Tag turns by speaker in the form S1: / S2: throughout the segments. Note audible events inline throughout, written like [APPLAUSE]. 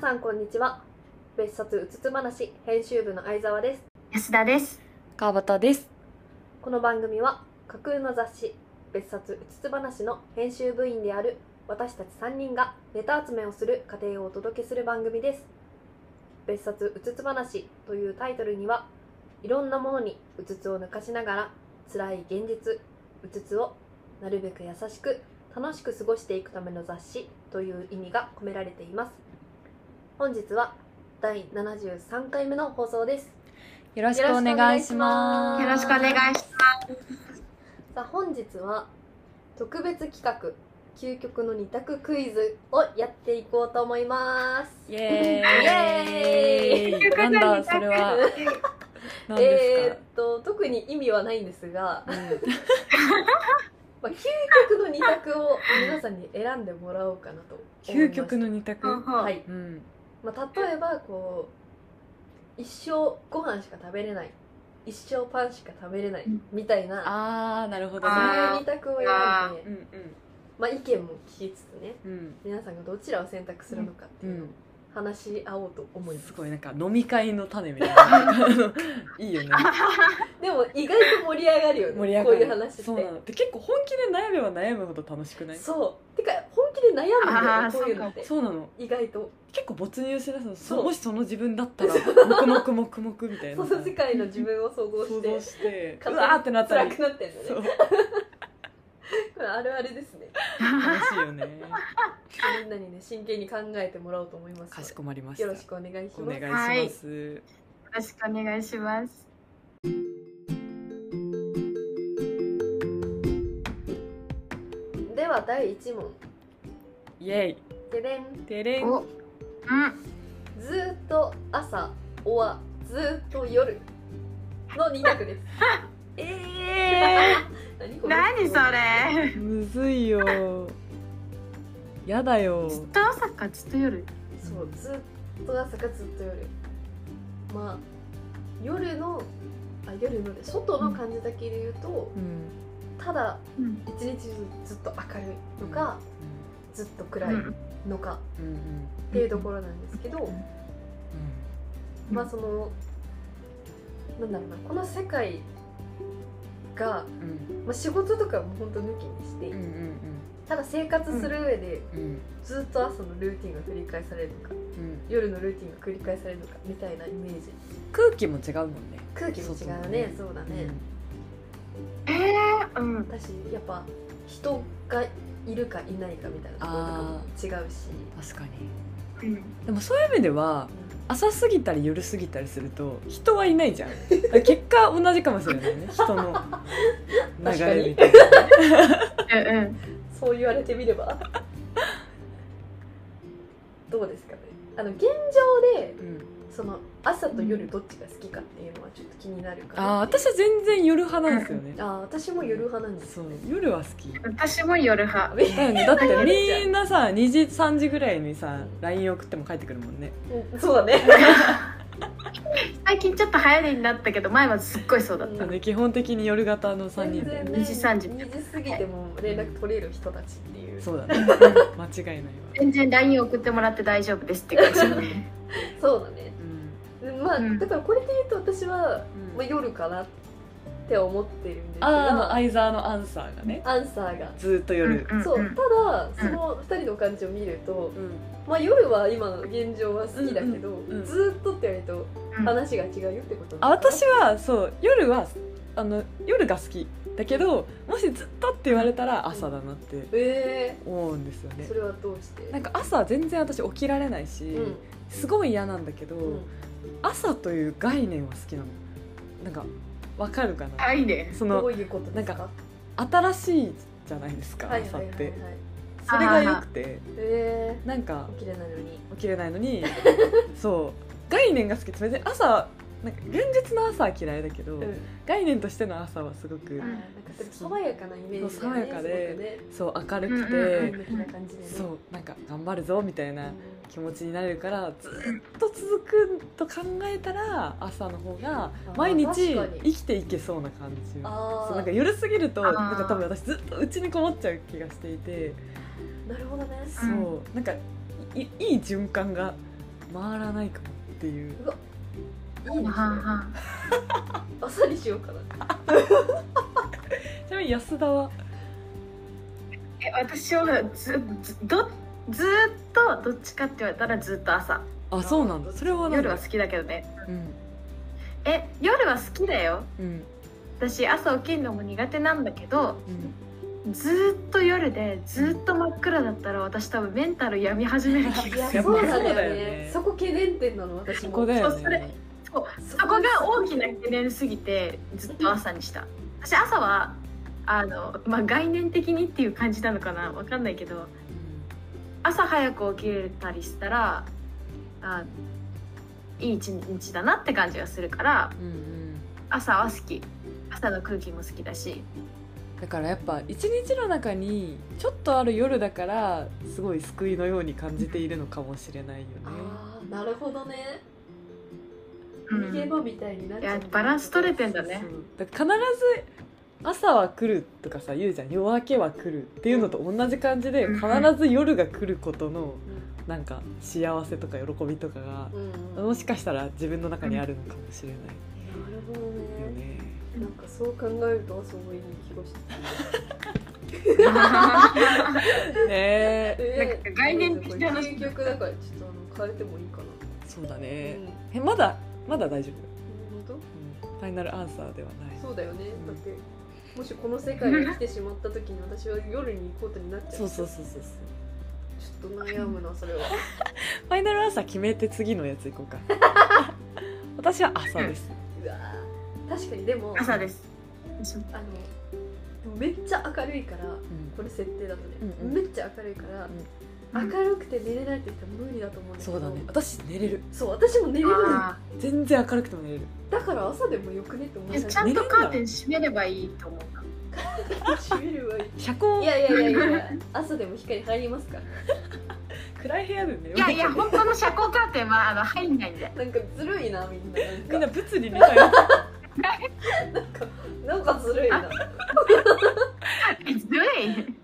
S1: さんこんにちは別冊うつつ話編集部の相沢です
S2: 安田です。
S3: 川端です。
S1: この番組は架空の雑誌別冊うつつ話の編集部員である私たち3人がネタ集めをする過程をお届けする番組です別冊うつつ話というタイトルにはいろんなものにうつつを抜かしながら辛い現実うつつをなるべく優しく楽しく過ごしていくための雑誌という意味が込められています本日は第73回目の放送です
S3: よろしくお願いしま
S1: あ
S3: す。
S1: ー
S2: よろしくお願いします。
S1: さあ本日は特別企画究極の二択クイズをやっていこうと思います
S3: イエーイ。
S1: イエ
S2: ーイ
S3: なんだそれは。何
S1: えー
S3: で
S1: っと特に意味はないんですが
S3: す、か。うん
S1: まあ、究極の二択を皆さんに選んでもらおうかなと思いま
S3: 究
S1: す
S3: 極の二択。
S1: は
S2: はい。
S1: い、
S3: うん。
S1: まあ、例えばこう一生ご飯しか食べれない一生パンしか食べれないみたいな
S3: ああなるほど
S1: そう
S3: ね。
S1: いう二択を選んで
S2: あ
S3: うんうん
S1: まあ、意見も聞きつつね
S3: うん。
S1: 皆さんがどちらを選択するのかっていうのを話し合おうと思います
S3: すごいなんか飲み会の種みたいなあのいいよね
S1: でも意外と盛り上がるよね
S3: 盛り上がる
S1: こういう話って
S3: そうなので結構本気で悩めば悩むほど楽しくない
S1: そうてか本気で悩むんだよ
S2: あ
S1: ね
S2: ー
S1: こういうのって
S3: そうなの
S1: 意外と
S3: 結構没入しだすの
S1: そう
S3: そもしその自分だったら黙々黙々みたい
S1: そ
S3: な
S1: の世界の自分を想像
S3: 想
S1: し
S3: 像
S1: て
S3: し
S1: 勝
S3: て
S1: 手
S3: う
S1: に
S3: わーってなったら
S1: 辛くなってるんだ
S3: そ
S1: ね
S3: う
S1: これあるあるですね
S3: 楽しいよね
S1: みんなにね真剣に考えてもらおうと思いますので
S3: かしこまりました
S1: よろしくお願いし
S3: お
S1: ま
S3: 願
S1: す
S3: いします、
S2: よろしくお願いします。
S1: では第1問
S3: イエイ
S1: ででん
S3: てれん
S2: お、うん。
S1: ずーっと朝おわずーっと夜の2択
S2: [LAUGHS]
S1: です
S3: え
S1: 何これ
S2: 何それ。
S3: ー、むずいよやだよ
S2: ずっと朝かずっと夜。
S1: そうずっと朝かずっと夜まあ夜のあ夜ので外の感じだけで言うと、
S3: うん
S1: ただ
S2: うん。
S1: 一日中ずっと明るいのか、ずっと暗いのか
S3: うんうん
S1: っていうところなんですけど、
S2: うん
S1: まあそのなんだろうなこの世界が、
S3: うんうん
S1: まあ、仕事とかはもうほんと抜きにして、
S3: うんうん
S1: ただ生活する上で
S3: うんうん
S1: ずっと朝のルーティンが繰り返されるのか
S3: うん
S1: 夜のルーティンが繰り返されるのかみたいなイメージ
S3: 空気も違うもんね
S1: 空気も違うねそうだね、
S2: ええー、うん。
S1: 私やっぱ人がいるかいないかみたいなところとかも違うし
S3: 確かに
S2: うん。
S3: でもそういう意味では朝過ぎたり夜過ぎたりすると人はいないじゃんだから結果同じかもしれない [LAUGHS] ね人の流れみたいな
S2: うんうん。
S1: そう言われてみれば [LAUGHS] どうですかねあの現状で
S3: うん
S1: その朝と夜どっちが好きかっていうのはちょっと気になるかな
S3: あー私は全然夜派なんですよね
S1: あー私も夜派なんです
S3: そ
S1: よ
S3: う
S1: ね
S3: 夜は好き
S2: 私も夜派。
S3: だよねだってみんなさ2時3時ぐらいにさ LINE 送っても帰ってくるもんね
S1: うん [LAUGHS] そうだね
S2: 最近ちょっと流行りになったけど、前はすっごいそうだっ
S3: なので基本的に夜型の3人で
S1: 全然ね
S2: 2時3時
S1: 2時過ぎても連絡取れる人たちっていう
S3: そうだね [LAUGHS] 間違いないわ
S2: た。全然 LINE 送ってもらって大丈夫ですって感じ。
S1: そうだね
S3: うん
S1: まあ、
S2: うん
S1: だからこれで言うと私は、
S3: うん
S1: まあ、夜かなって思ってるんですけど
S3: あーあの相沢のアンサーがね
S1: アンサーが、
S3: ずーっと夜
S2: ん
S1: そうただ
S2: ん
S1: その2人の感じを見ると、
S3: うん
S1: まあ、夜は今の現状は好きだけど、
S3: んうん
S1: ずーっとって言われると
S2: うん
S1: 話が違うよってこと
S3: あ
S1: なのかな
S3: 私はそう夜はあの夜が好きだけどもしずっとって言われたら朝だなって
S1: え
S3: 思うんですよ
S1: ー、
S3: ね
S1: それはどうして
S3: なんか朝全然私起きられないし、
S1: うん
S3: すごい嫌なんだけど、
S1: うん
S3: 朝という概念は好きなのなんかわかるかな、
S2: あいいね。
S3: そ
S1: ど
S3: の
S1: ういうことですか
S3: なん新しいじゃないですか、
S1: はいはい
S3: 朝
S1: は
S3: っ
S1: いはい
S3: てそれが良くて
S1: え
S3: なんか
S1: ー、起きれないのに
S3: 起きれない
S1: [LAUGHS]
S3: のにそう概念が好きです別に朝なんか現実の朝は嫌いだけど、
S1: うん
S3: 概念としての朝はすごく、
S1: あーなんかでも爽やかなイメージだよ
S3: そう爽
S1: ね
S3: やかですそう明るく
S1: ごく
S3: て、
S2: う
S1: ね
S2: ん
S1: 前向きな感じでね
S3: そうなんか頑張るぞみたいな
S1: う
S3: 気持ちになれるからずっと続くと考えたら朝の方が毎日
S1: 確かに
S3: 生きていけそうな感じ
S1: ん
S3: そう
S1: ああ
S3: なんか夜すぎると
S2: あー
S3: なんか多分私ずっとうちにこもっちゃう気がしていて
S1: なるほどね
S3: そうなんかいいいい循環が回らないかもっていう
S1: うわいいですね
S2: はんはん
S1: あさりしようかな
S3: ちなみに安田は
S2: え私はずずどずーっとどっちかって言われたらずっと朝
S3: あそうなんだそれはなん
S2: 夜
S3: だ
S2: は好きだけどね
S3: うん
S2: え夜は好きだよ
S3: うん
S2: 私朝起きるのも苦手なんだけど
S3: うん
S2: ずーっと夜でずーっと真っ暗だったら私多分メンタル病み始める気
S1: い
S2: が
S1: や
S2: する
S1: そうなんだ
S3: そうだ
S1: よ
S3: よ
S1: ね
S3: ね
S1: そこ懸念点なの私
S3: そ
S1: も
S3: こだよ
S2: そうそれ
S3: ね
S1: そ
S2: そこが大きな懸念すぎてずっと朝にした私朝はあの、まあ、概念的にっていう感じなのかなわかんないけど朝早く起きれたりしたらあいい一日だなって感じがするから
S3: うんうん
S2: 朝は好き朝の空気も好きだし
S3: だからやっぱ一日の中にちょっとある夜だからすごい救いのように感じているのかもしれないよね
S1: あーなるほどね
S2: うん
S1: 逃げ場みたいになっちゃう
S2: いやバランス取れてんだね
S3: そうだから必ず朝は来るとかさ言うじゃん夜明けは来るっていうのと同じ感じで
S2: うん
S3: 必ず夜が来ることのなんか幸せとか喜びとかが
S1: うん、うん、
S3: もしかしたら自分の中にあるのかもしれな
S1: なるほど
S3: いよ
S1: ね
S3: ね。
S1: なんかそう考えると朝もいい気がして
S2: な
S3: ね
S1: [LAUGHS]
S3: え
S2: なんか概念的な話
S1: 究極だからちょっとあの変えてもいいかな、
S3: そうだ
S1: うん
S3: ね、えまだまだ大丈夫、
S1: 本
S3: うんファイナルアンサーではない
S1: 当そうだよね、
S3: ん
S1: だってもしこの世界に来てしまった時に私は夜に行くことになっちゃう
S3: そうそうそうそうそう
S1: ちょっと悩むなそれは
S3: ファイナルアンサー決めて次のやつ行
S1: [LAUGHS]
S3: こうか私は朝です
S1: うわー確かにでも
S2: [LAUGHS] 朝です
S1: あのでもめっちゃ明るいから
S3: うん
S1: これ設定だとね、
S3: うんうん
S1: めっちゃ明るいから、
S2: うん
S1: 明るくて寝れないって人は無理だと思うんだけど
S3: そうだね私寝れる
S1: そう私も寝れる
S2: あ
S3: 全然明るくても寝れる
S1: だから朝でもよくねって思っ
S2: ーち
S1: ちゃ
S2: ゃ
S1: うん
S2: とカーテン閉めればいいと思う
S1: 閉めればいい
S3: 遮光
S1: いやいやいやいや朝でも光入りますから
S3: 暗い部屋で寝る
S2: いやいや本当の遮光カーテンはあの入んないんで
S1: なんかずるいなみんななんか
S3: みんな物理みたい [LAUGHS]
S1: な
S3: な
S1: んかなんかずるいな
S2: えずる [LAUGHS] い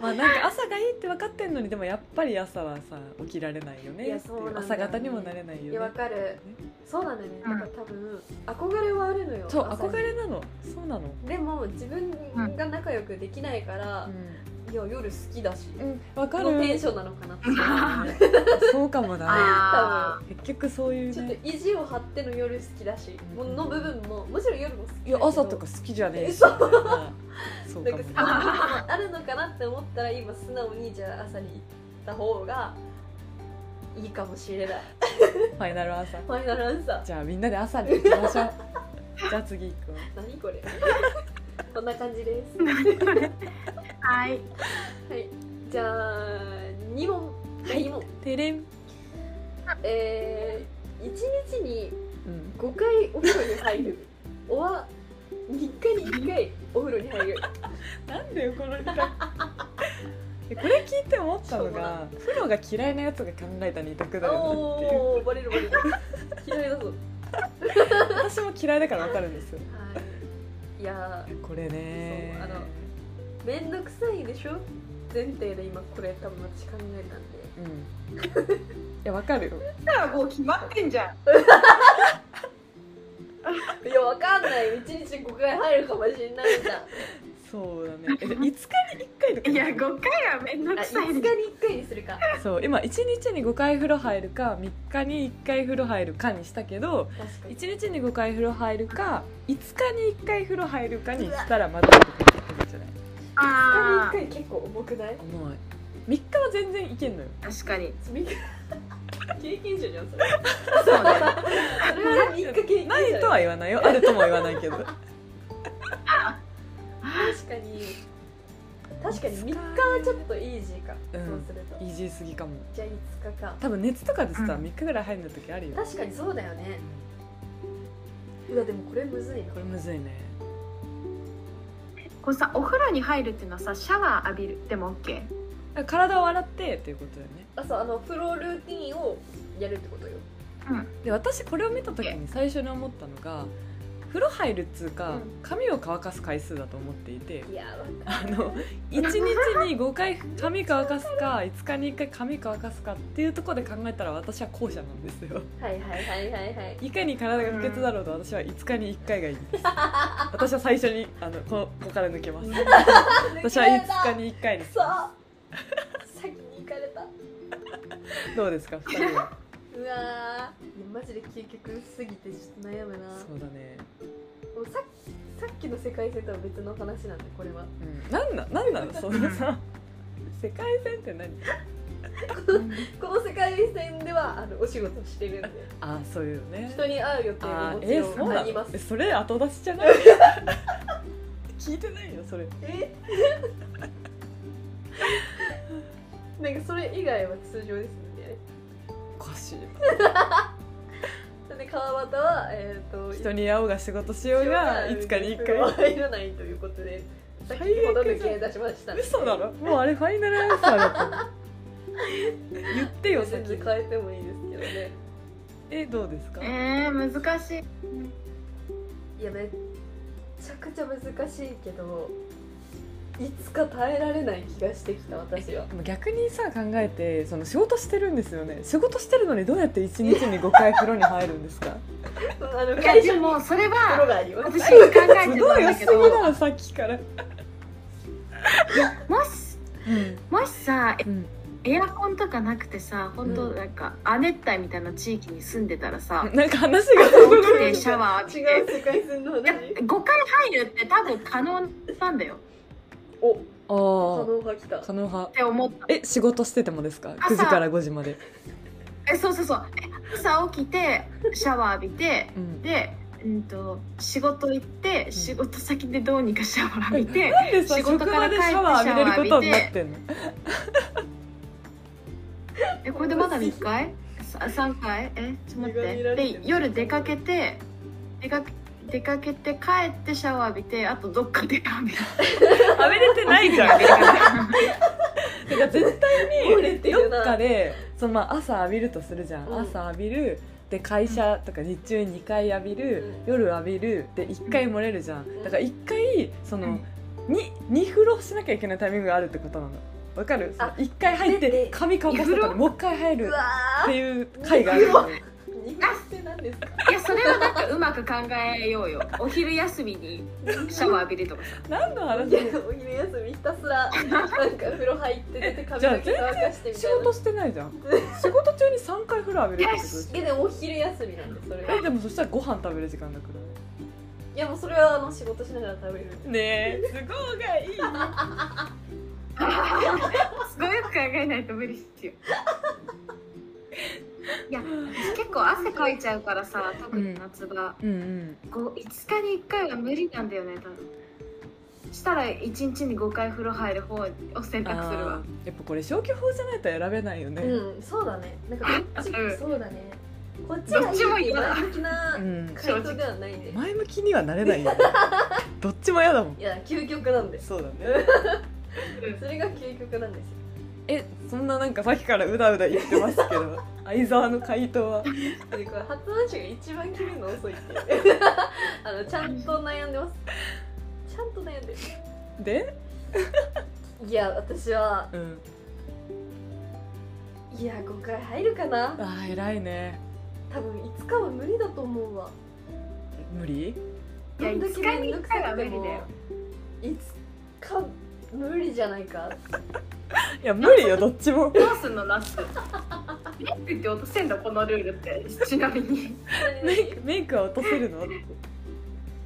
S3: まあなんか朝がいいって分かってんのにでもやっぱり朝はさ起きられないよね
S1: いやそうなんだよね
S3: 朝方にもなれないよね
S1: いやわかるそうなんだよねだから多分憧れはあるのよ
S3: そう
S1: 朝に
S3: 憧れなのそうなの
S1: でも自分が仲良くできないから、いや夜好きだし、
S3: うん分か
S1: このテン
S3: る
S1: ションなのかなって
S3: そうか
S1: [LAUGHS]
S3: もな
S2: あ
S3: 結局そういう
S1: ちょっと
S3: ね
S1: 意地を張っての夜好きだし、
S3: うん
S1: もの部分ももちろん夜も好きだけ
S3: い
S1: ど
S3: や朝とか好きじゃねえし
S1: そ
S3: みたいなそう
S1: な
S3: か
S1: んか
S3: も
S1: 好き
S3: ね
S1: な部分もあるのかなって思ったら今素直にじゃあ朝に行った方がいいかもしれない
S3: ファイナルアンサー
S1: ファイナルアンサー
S3: じゃあみんなで朝に行きましょうじゃあ次行こう
S1: 何こ
S3: [LAUGHS]
S1: れこんな感じです
S2: ー何これはい
S1: はいじゃあ2問はい2問
S3: てれん、
S1: えー、1日に
S3: うん、
S1: 5回お風呂に入 [LAUGHS] るおは3日に1回お風呂に入る
S3: なんでよこの人えこれ聞いて思ったのが風呂が嫌いなやつが考えた二択だよなっていう
S1: [LAUGHS] おーバレるバ [LAUGHS] レる嫌いだぞは
S3: 私も嫌いだからわかるんですよ
S1: いいや
S3: これね
S1: そうあのーめんどくさいでしょ前提で今これ多分私考えたんで
S3: うんいやわかるよ
S2: だからもう決まってんじゃん
S1: いやわかんないよ一日に5回入るかもしれないじゃん
S3: そうだねえで5日に1回とか
S2: いや5回はめんど
S1: あ
S2: くさ
S1: 5日
S2: い
S1: に
S2: で
S1: 1回にするか
S3: そう今1日に5回風呂入るか3日に1回風呂入るかにしたけど
S1: 確かに
S3: 1日に5回風呂入るか5日に1回風呂入るかにしたらまだいいとかってことじゃない
S1: 5
S2: あ
S1: 日に1回結構重くない
S3: 重い3日は全然いけんのよ
S2: ー確かに
S1: それ [LAUGHS] 経験者じゃんそれ
S2: そうだよ
S1: それは3日経験者
S3: ないとは言わないよあるとも言わないけど [LAUGHS]
S1: 確かに確かに3日はちょっとイージーか、
S3: うん
S1: そうすると
S3: イージーすぎかも
S1: じゃあ5日か
S3: 多分熱とかでさ、
S2: うん
S3: 3日ぐらい入る時あるよ
S1: 確かにそうだよねうわでもこれむずいな
S3: これむずいね
S2: こうさお風呂に入るっていうのはさシャワー浴びるでも OK
S3: 体を洗ってっていうことだよね
S1: あそうあのプロルーティンをやるってことよ
S3: で私これを見た時に最初に思ったのが風呂入るっつうか、
S1: うん
S3: 髪を乾かす回数だと思っていて
S1: いやわか
S3: あの1日に5回髪乾かすか5日に1回髪乾かすかっていうところで考えたら私は後者なんです
S1: [LAUGHS]
S3: よ
S1: はいはいはいはいはい
S3: いかに体が不潔だろうと私は5日に1回がいい
S1: [LAUGHS]
S3: です私は最初にあのこのここから抜けます私は5日に1回です
S1: そう先に行かれた
S3: どうですか2人
S1: [LAUGHS]
S3: は
S1: うわーマジで究極すぎてちょっと悩むな
S3: そうだね、
S1: もうさっさっきの世界線とは別の話なんでこれは
S3: うん、なんななんなのそんなさ世界線っ
S1: [LAUGHS]
S3: て何
S1: この世界線ではあのお仕事して [LAUGHS] るんで
S3: ああそういうのね
S1: 人に会う予定も
S3: あ
S1: も
S3: ー
S1: ち
S3: え
S1: ろ
S3: そうん
S1: あ
S3: な
S1: りま
S3: の
S1: す
S3: えそれ後出しじゃない [LAUGHS] 聞いてないよそれ
S1: え [LAUGHS] なんかそれ以外は通常ですので、ね、
S3: おかしい
S1: それで川端はえっ、と
S3: 人に会おうが仕事しようが5日に1
S1: は
S3: 回
S1: 入らないということで先ほど抜け出しました
S3: 嘘だ [LAUGHS] ろもうあれファイナルアンサーだった言ってよ
S1: 全
S3: 先
S1: 然変えてもいいですけどね
S3: えどうですか
S2: えー、難しい
S1: いやめっちゃくちゃ難しいけどいつか耐えられない気がしてきた私
S3: [LAUGHS]
S1: は
S3: でも逆にさ考えてその仕事してるんですよね仕事してるのにどうやって1日に5回風呂に入るんですか
S1: あの
S2: いや
S1: 会
S2: で
S1: 社に
S2: もそれ
S1: 風呂
S2: は
S1: があります
S2: 私考えてた
S3: す
S2: ん
S3: ごい良
S2: だ
S3: す
S2: け
S3: ぎ
S2: ど
S3: だわさっきから
S2: もし
S3: うん
S2: もしさ
S3: うん
S2: エアコンとかなくてさ本当
S1: うん
S2: なんか亜熱帯みたいな地域に住んでたら
S3: [LAUGHS]
S2: さ、
S3: なんか話
S2: 起き
S3: が
S2: てシャワー浴び
S1: 違
S2: て
S1: う世界線の話
S2: 5回入るって多分可能なんだよ
S1: お可
S3: あ
S1: 能が来た
S3: あ可能派
S2: って思った
S3: え仕事しててもですか
S2: 朝
S3: 9時から5時まで
S2: えそうそうそうえ朝起きてシャワー浴びて
S3: うん
S2: で、うん、と仕事行って仕事先でどうにかシャワー浴びて
S3: なんでさ
S2: 仕
S3: 職
S2: 事から帰
S3: 場で
S2: って
S3: シ
S2: シ
S3: ャ
S2: ャ
S3: ワ
S2: ワ
S3: ー浴びれる
S2: ー
S3: こ
S2: 浴
S3: と
S2: び
S3: になっててんの
S2: えこれでまだ3回 ?3 回えちょっと待っ
S1: 意外にら
S2: て
S1: れて
S2: で
S1: る
S2: 夜出かけて出かけ出かけて帰ってシャワー浴びてあとどっかで浴びる
S3: 浴びれてないじゃんだから絶
S1: 漏れ
S3: 対
S1: て
S3: に
S1: る
S3: ど
S1: な
S3: っかでそのまあ朝浴びるとするじゃん、
S1: うん
S3: 朝浴びるで会社とか日中2回浴びる、
S1: うん
S3: 夜浴びるで1回漏れるじゃん、
S1: ん
S3: だから1回その、
S2: うん
S3: に2風呂しなきゃいけないタイミングがあるってことなのわかるその
S1: あ
S3: 1回入っ
S1: 出て
S3: て髪乾かすとかでもう1回入
S1: う
S3: る
S1: わ
S3: っていう回があるのね
S1: ー苦手なんですか
S2: いやそれはなんかうまく考えようよお昼休みにシャワー浴びるとかさ
S3: 何の話
S1: いやお昼休みひたすらなんか風呂入って出て髪の毛乾かしてみ
S3: 仕
S1: たいな
S3: 事してないじゃん仕事中に3回風呂浴びるってことでしょ
S1: えでもお昼休みなんでそれは
S3: えでもそしたらご飯食べる時間だから
S1: いやもうそれはあの仕事しながら食べる
S3: ねえ都合がいい
S2: すごいよく考えないと無理っすよいや結構汗かいちゃうからさ特に夏場、
S3: うんうん
S2: こう5日に1回は無理なんだよね多分したら1日に5回風呂入る方を選択するわ
S3: あーやっぱこれ消去法じゃないと選べないよね
S1: うんそうだねなんかこっち
S2: うん
S1: そうだねこっちがいいっていう前向きな
S3: うん
S1: 回答ではないね
S3: 前向きにはなれ [LAUGHS] ないよねどっちも嫌だもん
S1: いや究極なんです
S3: そうだね
S1: それが究極なんですよ
S3: えそんななんかさっきからうだうだ言ってますけど [LAUGHS] 相沢の回答は
S1: でこれ発案者が一番決めるの遅いっていう [LAUGHS] あのちゃんと悩んでますちゃんと悩んでる
S3: で
S1: いや私は
S3: うん
S1: いや5回入るかな
S3: あー偉いね
S1: 多分5日は無理だと思うわ
S3: 無理
S2: いや
S1: どんだけ
S2: 5日に
S1: めんど
S2: 1
S1: くさ
S2: 回は
S1: く
S2: 無
S1: て
S2: 理
S1: も
S2: だよ
S1: 5日無理じゃない
S2: [LAUGHS]
S1: か
S3: いや無理 [LAUGHS] よどっちも
S2: どうすんのナスえって言って落とせんのこのルール [LAUGHS] ってちなみに
S3: メイクメイクは落とせるの
S1: い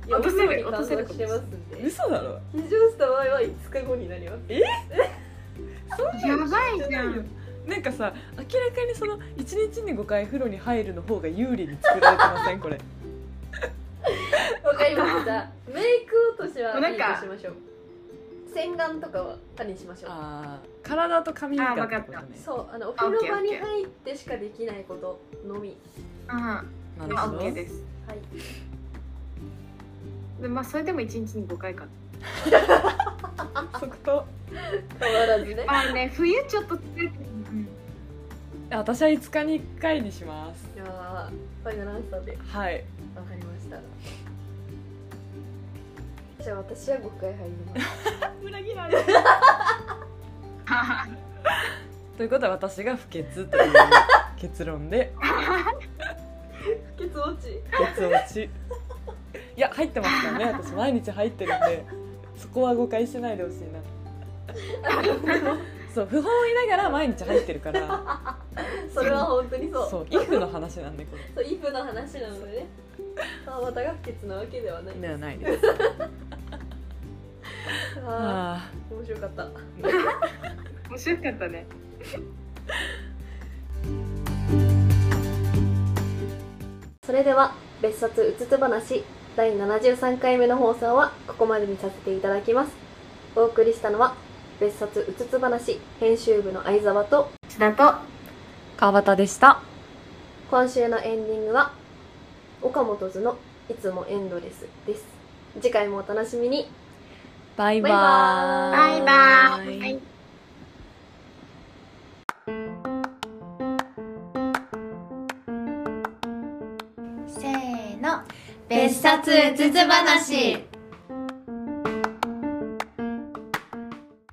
S1: やお
S2: 落とせ
S1: 風
S2: る
S1: 呂に乾
S2: 落とせる
S1: 燥してますんで
S3: 嘘だろ
S1: 非常した場合は5日後になります
S2: やばいじゃん
S3: なんかさ明らかにその一日に5回風呂に入るの方が有利に作られてませんこれ
S1: わかりましたメイク落としは
S2: ないん
S1: い
S2: か
S1: としましょう洗顔とかは他にしましょう
S3: あ体と髪がってこと
S2: あーわか
S3: ね
S1: そうあのお風呂場
S2: オッ
S1: に
S2: ケーオッケー
S1: 入ってしかできないことのみ
S2: うん
S3: な
S2: で
S3: る
S2: も
S3: ほど
S2: OK です
S1: はい
S2: でまあそれでも1日に5回か
S3: 即答
S1: 変わらずね
S2: まあ [LAUGHS] ね冬ちょっと疲れてる [LAUGHS] うん
S3: 私は5日に1回にします
S1: いやーファイナルアンサーで
S3: はい
S1: わかりましたじゃあ私は5回入ります
S2: 裏切られる
S3: ということは私が不潔という結論で
S1: ケツ落ち
S3: ケツ落ちいや入ってますからね私毎日入ってるんでそこは誤解しないでほしいなそう不本意ながら毎日入ってるから
S1: [LAUGHS] それは本当にそう
S3: そうイフの話なんでこ
S1: そうイフの話なのでね川端が不潔なわけではない
S3: れではないです
S1: あ
S3: あ
S1: ー面白かった
S2: 面白かったね
S1: それでは別冊うつつ話第73回目の放送はここまでにさせていただきますお送りしたのは別冊うつつ話編集部の相沢と
S2: ちだと
S3: 川端でした
S1: 今週のエンディングは岡本図のいつもエンドレスです次回もお楽しみに
S3: バイバ
S1: バ
S2: バイバーイ、はい
S4: せーの別冊うつつ話